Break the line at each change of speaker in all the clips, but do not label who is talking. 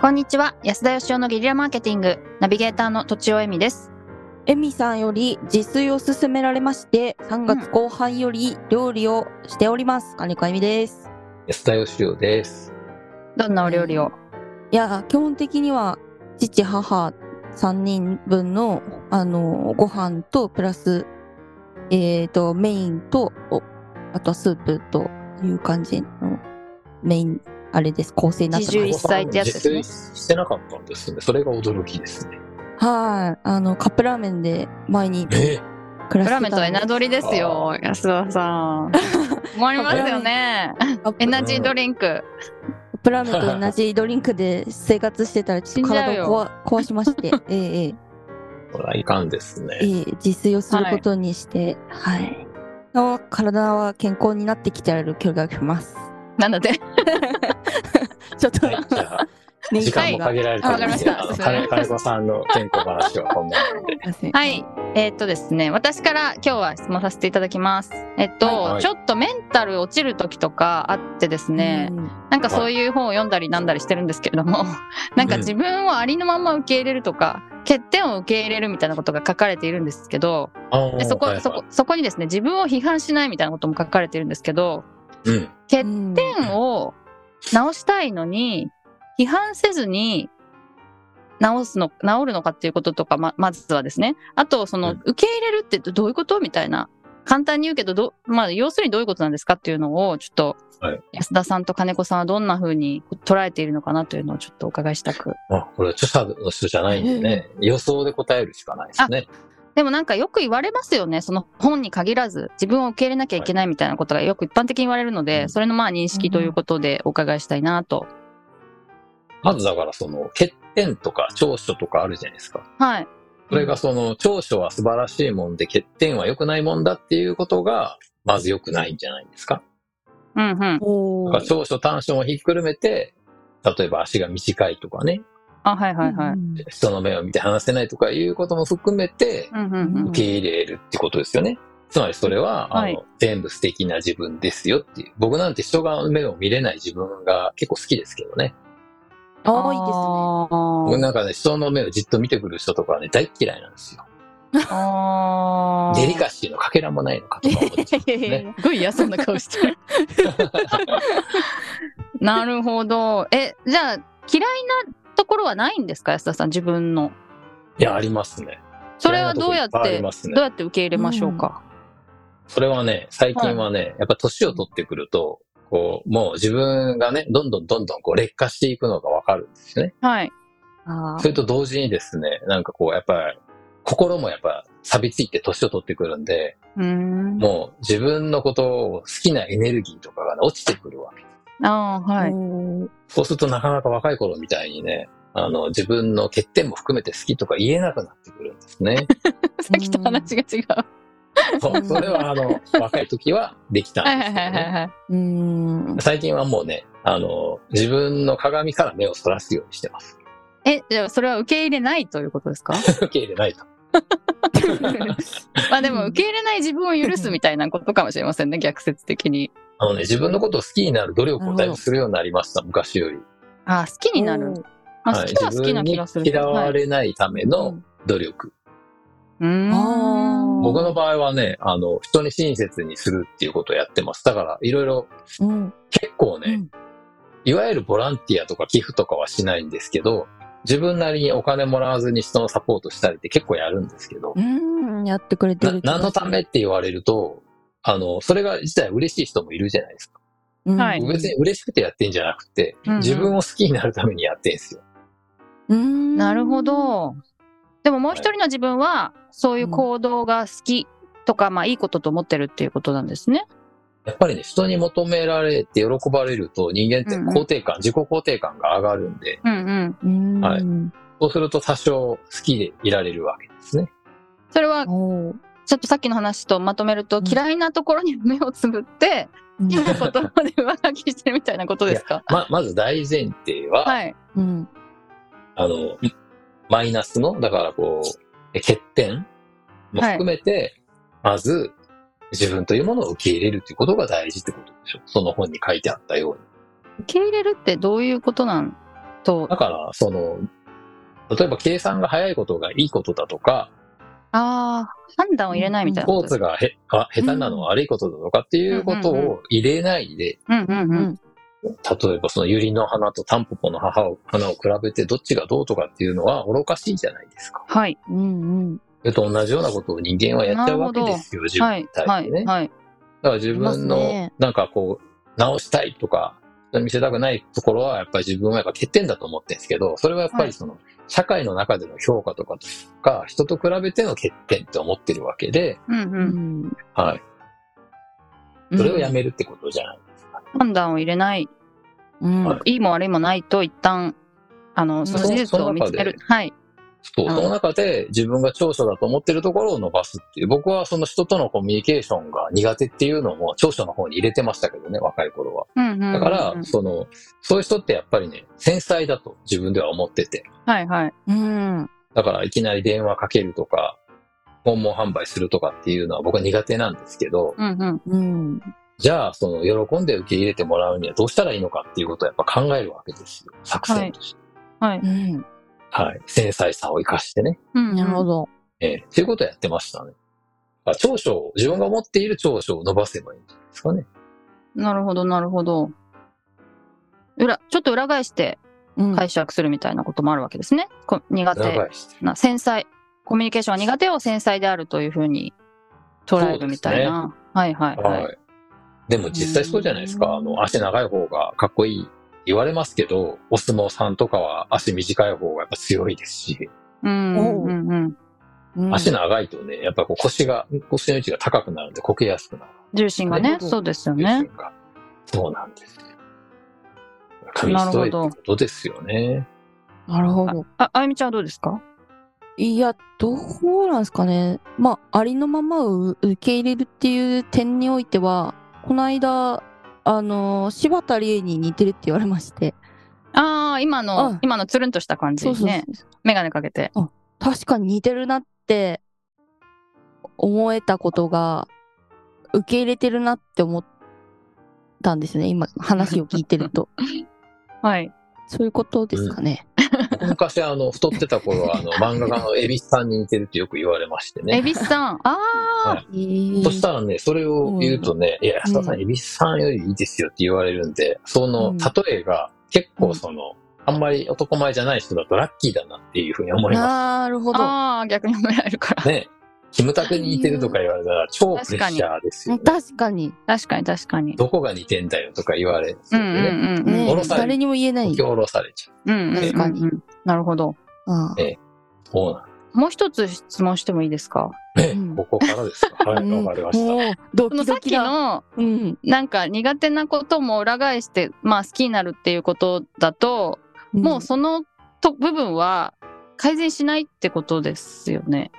こんにちは安田義雄のゲリラマーケティングナビゲーターの土尾恵美です
エミさんより自炊を勧められまして、3月後半より料理をしております。金子エミです。
安田義雄です。
どんなお料理を、
いや、基本的には、父、母、3人分の、あの、ご飯と、プラス、えっ、と、メインと、おあとはスープという感じのメイン、あれです、構成になってま
11
す。
歳ってやつですね
自炊してなかったんですね。それが驚きですね。
はい。あの、カップラーメンで前に暮らし
え
てたん
ラーメンとエナドリですよ安田さん 困りますよね
カップ
エナジードリンク
カップラーメンと同じドリンクで生活してたら、ちょっと
死んじゃ
体
う
を壊 壊し まして、ええええ
これはいかんです
え
ね。
え自炊をすることにして、はい。の体は健康になってきてる気がします。
なんだって
ちょっと、
はい、じゃあ、
年
時間
間
も
が。
限られてるんで、
はい
あ
わかりま
の、
した
金金子さんの健康話はこんなもんで。
はい。えーっとですね、私から今日は質問させていただきます。えっと、
はいはい
ちょっとメンタル落ちる時とかあってですね、
うん
なんかそういう本を読んだりなんだりしてるんですけれども、 なんか自分をありのまま受け入れるとか、欠点を受け入れるみたいなことが書かれているんですけど、
あ ー
でそこ、
はいはい
そこ、そこにですね、自分を批判しないみたいなことも書かれているんですけど、
うん。
欠点を直したいのに、批判せずに直すの、治るのかっていうこととか、ま、まずはですね。あと、そうの
ん、
受け入れるってどういうことみたいな。簡単に言うけど、ど、まあ、要するにどういうことなんですかっていうのを、ちょっと
はい、
安田さんと金子さんはどんな風に捉えているのかなというのをちょっとお伺いしたく。
まあ、これは著者の人じゃないんでね、予想で答えるしかないですね。
でもなんかよく言われますよね。その本に限らず、自分を受け入れなきゃいけないみたいなことがよく一般的に言われるので、
うん
それのまあ認識ということでお伺いしたいなと。
まずだから、その、欠点とか長所とかあるじゃないですか。
はい。
それがその、長所は素晴らしいもんで、欠点は良くないもんだっていうことが、まず良くないんじゃないですか。
うんうん。
おー
だから長所短所もひっくるめて、例えば足が短いとかね、
あ、はいはいはい。
人の目を見て話せないとかいうことも含めて、
うんうんうん。
受け入れるってことですよね。つまりそれは、
は
あ
い
の、全部素敵な自分ですよっていう。僕なんて人が目を見れない自分が結構好きですけどね。
ああ、いいですね。
僕
い
なんかね、人の目をじっと見てくる人とかはね、大っ嫌いなんですよ。
ですね。あ
デリカシーのかけらもないのかとか思ってし まうんですね。
すごい嫌そうな顔してる。 なるほど。え、じゃあ、嫌いなところはないんですか安田さん、自分の。
いや、ありますね。
それはどうやっ
嫌いなとこいぱいあ
て、
りますね
どうやって受け入れましょうか、
それはね、最近はね、やっぱ年を取ってくると、こう、もう自分がね、どんどんどんどんこう劣化していくのがわかるんですよね。
はい。
あ
それと同時にですね、なんかこう、やっぱり、心もやっぱ錆びついて年を取ってくるんで、
うーん。
もう自分のことを好きなエネルギーとかがね、落ちてくるわけ。
ああ、
あ、
はい。
おー
そうするとなかなか若い頃みたいにね、あの、自分の欠点も含めて好きとか言えなくなってくるんですね。
さっきと話が違う。
そうそれは あの、若い時はできた
はい
ん
は
です
い
け
は
ど
いはい
ね。
はい。
うーん。
最近はもうね、あの、自分の鏡から目をそらすようにしてます。
え、じゃあそれは受け入れないということです か
受け入れないと。
まあでも受け入れない自分を許すみたいなことかもしれませんね、逆説的に。
あのね、自分のことを好きになる努力をだいぶするようになりました、昔より。
ああ、好きになる。あ、好
い
きは好きな気がする。
自分に嫌
は
わ
い
れないため
う
の
ん
努力。
うーん
あー
僕の場合はね、あの、人に親切にするっていうことをやってます。だから、いろいろ、
うん。
結構ね、
うん
いわゆるボランティアとか寄付とかはしないんですけど、自分なりにお金もらわずに人のサポートしたりって結構やるんですけど
う、ん、やってくれて
な
る。
何のためって言われると、あの、それが自体嬉しい人もいるじゃないですか。
うん
はい
別に嬉しくてやってんじゃなくて、
うんうん
自分を好きになるためにやってんすよ。
うーん
なるほ。ど。でももう一人の自分は、そういう行動が好きとか、まあいいことと思ってるっていうことなんですね。
やっぱりね、人に求められて喜ばれると人間って
うんうん
肯定感、自己肯定感が上がるんで、
うんうん。
うーん。
はいそうすると多少好きでいられるわけですね。
それは、
おー
ちょっとさっきの話とまとめると、
うん
嫌いなところに目をつぶって、
うん
嫌なことまで上書きしてるみたいなことですか
ま、まず大前提は、
はい。
うん。
あの、マイナスの、だからこう、え欠点も含めて、まず自分というものを受け入れるということが大事ってことでしょ。その本に書いてあったように。
受け入れるってどういうことなんそう
だ。から、その、例えば計算が早いことがいいことだとか、
ああ、判断を入れないみたいな
スポ
こ
ー
と
ツ
です。
がへあ下手なのは悪いことだとかっていうこと
うんうん
を入れないで、
うんうんうん。
例えばそのユリの花とタンポポの母を花を比べてどっちがどうとかっていうのは愚かしいじゃないですか。
はい。
うんうん。
それと同じようなことを人間はやっちゃうわけですよ、自
は
分
い
に。対
は
して
い。
ね。だか
はい。
ら自分
あります
の
ね、
なんかこう、直したいとか、見せたくないところはやっぱり自分はやっぱ欠点だと思ってるんですけど、それはやっぱりその、社会の中での評価とかとか、人と比べての欠点って思ってるわけで、
うん
う
うん
ん。
はい。
うん。
それをやめるってことじゃない。
判断を入れない。
うん。
はい
いも悪いもないと、一旦、あの、その事実を見つける。はい。
そう、
うん
その中で自分が長所だと思ってるところを伸ばすっていう、僕はその人とのコミュニケーションが苦手っていうのも長所の方に入れてましたけどね、若い頃は。
うんうんうんうん。
だから、その、そういう人ってやっぱりね、繊細だと自分では思ってて。
はいはい。
うん。
だから、いきなり電話かけるとか、訪問販売するとかっていうのは僕は苦手なんですけど、
うんうん。
うん。
じゃあ、その、喜んで受け入れてもらうにはどうしたらいいのかっていうことをやっぱ考えるわけですよ。作戦として。
はい。
うん。
はい。繊細さを生かしてね。
うんうん
なるほど。
ええっていうことをやってましたね。だから長所を、自分が持っている長所を伸ばせばいいんじゃないですかね。
なるほど、なるほど。裏、ちょっと裏返して
うん。
解釈するみたいなこともあるわけですね。こ苦
裏
手
返して。
な、繊細。コミュニケーションが苦手を繊細であるというふうに捉えるみたいな。はいはいはい。
はい。でも実際そうじゃないで
う
す
ん
か。あの、足長い方がかっこいいって言われますけど、お相撲さんとかは足短い方がやっぱ強いですし、
うんうんうんうん。
うん
足長いとね、やっぱこう腰が、腰の位置が高くなるんで、こけやすくなる
重心が
な
ね
る、ほど
そうですよ
んですよ
ね。
がそうなんですよ。紙一重ってことですよね。
なるほど。
あ、あゆみちゃんはどうですか
いや、どうなんですかね。まあ、ありのままを受け入れるっていう点においては、この間、あの、柴田理恵に似てるって言われまして。
ああ、今
う
の
ん、
今のつるんとした感じ
そうそう
ね。
そう。
メガネかけて。
確かに似てるなって思えたことが、受け入れてるなって思ったんですね。今、話を聞いてる と。
はい。
そういうことですかね。
昔、あの、太ってた頃は、あの、漫画家の蛭子さんに似てるってよく言われましてね。
えびすさん。あ
は
あ、
い
えー
そしたらね、それを言うとね、いや、安田さん、蛭子さんよりいいですよって言われるんで、その、
うん
例えが、結構その、あんまり男前じゃない人だとラッキーだなっていうふうに思いま
なるほど。
ああ、逆に褒められるから
す。。ね。キムタクに似てるとか言われたら、超プレッシャーですよ、ね。
確かに。
確かに確かに。
どこが似てんだよとか言われるんです
う
よ
んうん
ね。
うん
ね
うん。
殺される
誰にも言えな
解
い
き。下ろされちゃ
うんうんうんうん
確
かに。
なるほど。
あー
う。そうなん
もう一つ質問してもいいですか
ね、
うん
ここからですか。はい、わかりました。
もう、ド
この
キ
さ
ド
っ
キ
き
だ。
の
うん。
なんか苦手なことも裏返して、まあ好きになるっていうことだと、もうそのと部分は改善しないってことですよね。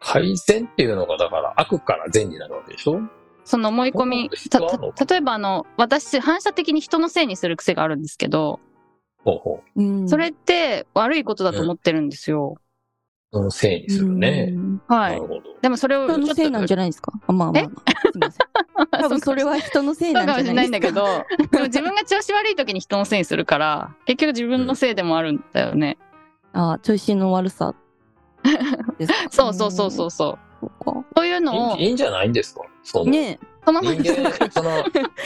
改善っていうのが、だから、悪から善になるわけでしょ
その思い込み
そ、
た
うなの
た例えばあの、私、反射的に人のせいにする癖があるんですけど、
ほうほう。
うん、
それって悪いことだと思ってるんですよ。
そのせいにするね。
うん
は
ないる。ほど。
でもそれを、
人のせいなん じゃないですか。あまあまあ、まあ。すいません多分それは人のせい
そうか
な
も
ん
しれ
じゃ
な
ないい
ん
で
だ
すか。
けど、でも自分が調子悪い時に人のせいにするから、結局自分のせいでもあるんだよね。
ああ、調子の悪さですか。
そうそうそうそうそう。
うん。そうか
そういう
い
のを
いい、いんじゃないんですかその、
ね
そのまま
人間、その、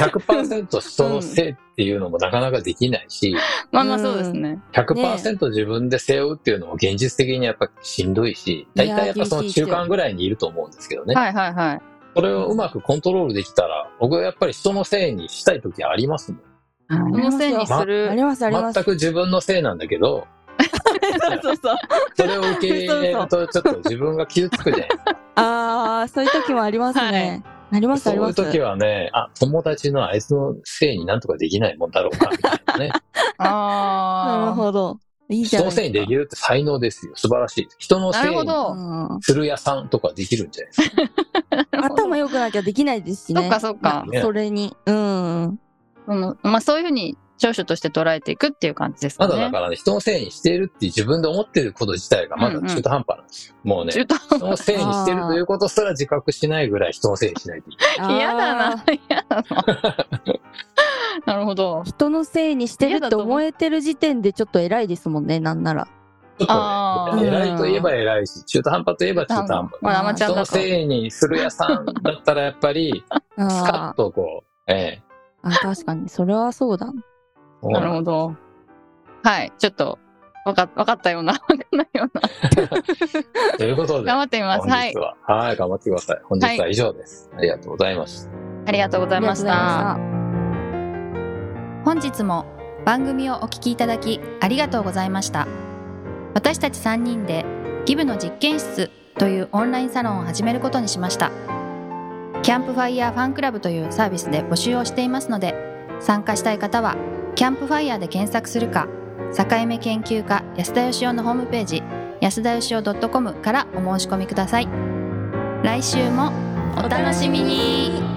100%人のせいっていうのもなかなかできないし、
まあまあそうですね。
100%自分で背負うっていうのも現実的にやっぱしんどいし、大体やっぱその中間ぐらいにいると思うんですけどね。
はいはいはい。
それをうまくコントロールできたら、僕はやっぱり人のせいにしたい時ありますもん。
人のせいにす
え。あ
る。
りますあります
全。く自分のせいなんだけど、
そうそう。
それを受け 入れるとちょっと自分が傷つくじゃないですか。
ああ、そういう時もありますね。あり ます
そ
あり
うい
ま
う
す。
時はね、あ、友達のあいつのせいになんとかできないもんだろうか、みたいなね。
なる
あ
ほど。 いいじゃない
人のせいに
で
できるって才能ですよ。素晴らしい。人
あ。
の
な
せい
るほ
に
ど。
か。
する屋さんとかできるんじゃないですか。
なるほど
頭良くなきゃできないですしね。
そっかそっか。
ね
それに。うん。
そのまあそういうふうに長所として捉えていくっていう感じですか
ま
ね。
だだからね、人のせいにしているって自分で思ってること自体がまだ中途半端なんですよ。もうね、
中途半
人 のせいにしてるということすら自覚しないぐらい人のせいにしないといけない。
端嫌だ
あ
な。嫌だな。なるほど。
人のせいにしてる
嫌
っ
だ
て
と思う
思えてる時点でちょっと偉いですもんね、なんなら。
ちょ
あ
っと
ー
ね、偉いといえば偉いし、中途半端といえば中途半端。
まあ、アマちゃん
そ
だ
の
から。
せいにする屋さんだったらやっぱり、スカッ
あー
とこう、ええ。
あ、確かに、それはそうだ。
なるほど。はい。ちょっと、わか、わかったような、わかんないような。
ということで
頑、張ってみま
本
す。はい
日。は、はい、頑張ってください。本日は以上です。ありがとうございました。
ありがとうございました。
ありがとうございまし
本日も番組をお聞きいただきありがとうございました私たち3人でギブの実験室というオンラインサロンを始めることにしましたキャンプファイヤーファンクラブというサービスで募集をしていますので参加したい方はキャンプファイヤーで検索するか境目研究家安田義雄のホームページ安田義雄 .com からお申し込みください来週もお楽しみに